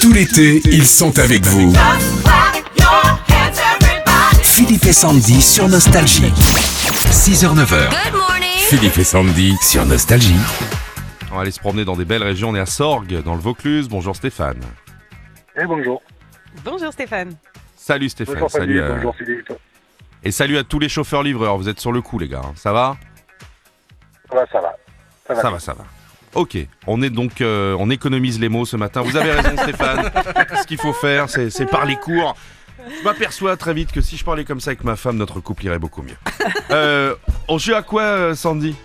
Tout l'été, ils sont avec vous. Philippe et Sandy sur Nostalgie. 6h-9h. Good morning. Philippe et Sandy sur Nostalgie. On va aller se promener dans des belles régions. On est à Sorgues, dans le Vaucluse. Bonjour Stéphane. Eh bonjour. Bonjour Stéphane. Salut Stéphane. Bonjour salut. Fabien, euh, bonjour Philippe. Et salut à tous les chauffeurs livreurs. Vous êtes sur le coup, les gars. hein. Ça va Ça va, ça va. Ça va. Ça va, ça va. Ok, on est donc, euh, on économise les mots ce matin. Vous avez raison, Stéphane. Ce qu'il faut faire, c'est c'est parler court. Je m'aperçois très vite que si je parlais comme ça avec ma femme, notre couple irait beaucoup mieux. Euh, on joue à quoi, euh, Sandy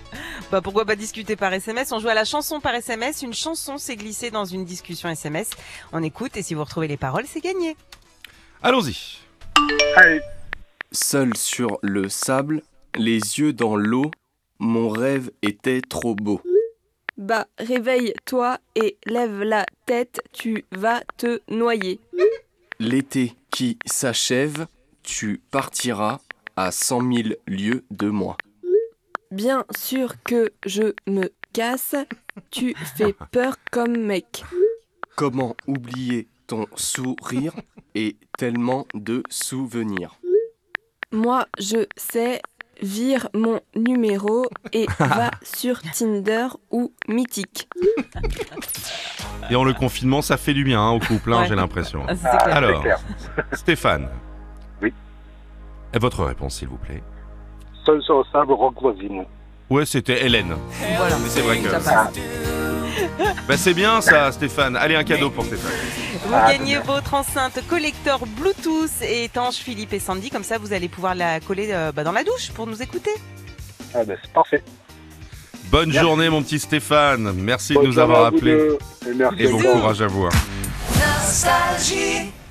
Bah pourquoi pas discuter par SMS On joue à la chanson par SMS. Une chanson s'est glissée dans une discussion SMS. On écoute et si vous retrouvez les paroles, c'est gagné. Allons-y. Allez, Seul sur le sable, les yeux dans l'eau, mon rêve était trop beau. Bah, réveille-toi et lève la tête, tu vas te noyer. L'été qui s'achève, tu partiras à cent mille lieues de moi. Bien sûr que je me casse, tu fais peur comme mec. Comment oublier ton sourire et tellement de souvenirs Moi, je sais, vire mon numéro et va sur Tinder ou Mythique. Et en le confinement, ça fait du bien hein, au couple, hein, Ouais. j'ai l'impression. Ah, c'est ah, clair. Alors. c'est clair. Stéphane. Oui. Et votre réponse, s'il vous plaît. Seul sur le sable, rock voisine. Ouais, c'était Hélène. Voilà. Mais c'est vrai que. euh, Ça passe. Bah, c'est bien ça, Stéphane. Allez, un cadeau pour Stéphane. Vous Ah, gagnez votre enceinte collecteur Bluetooth et étanche Philippe et Sandy. Comme ça, vous allez pouvoir la coller euh, bah, dans la douche pour nous écouter. Ah, ben, c'est parfait. Bonne Merci. journée, mon petit Stéphane. Merci Bonne de nous journée avoir à vous appelés. deux. Et merci Et bon beaucoup. courage à vous. hein. Nostalgie.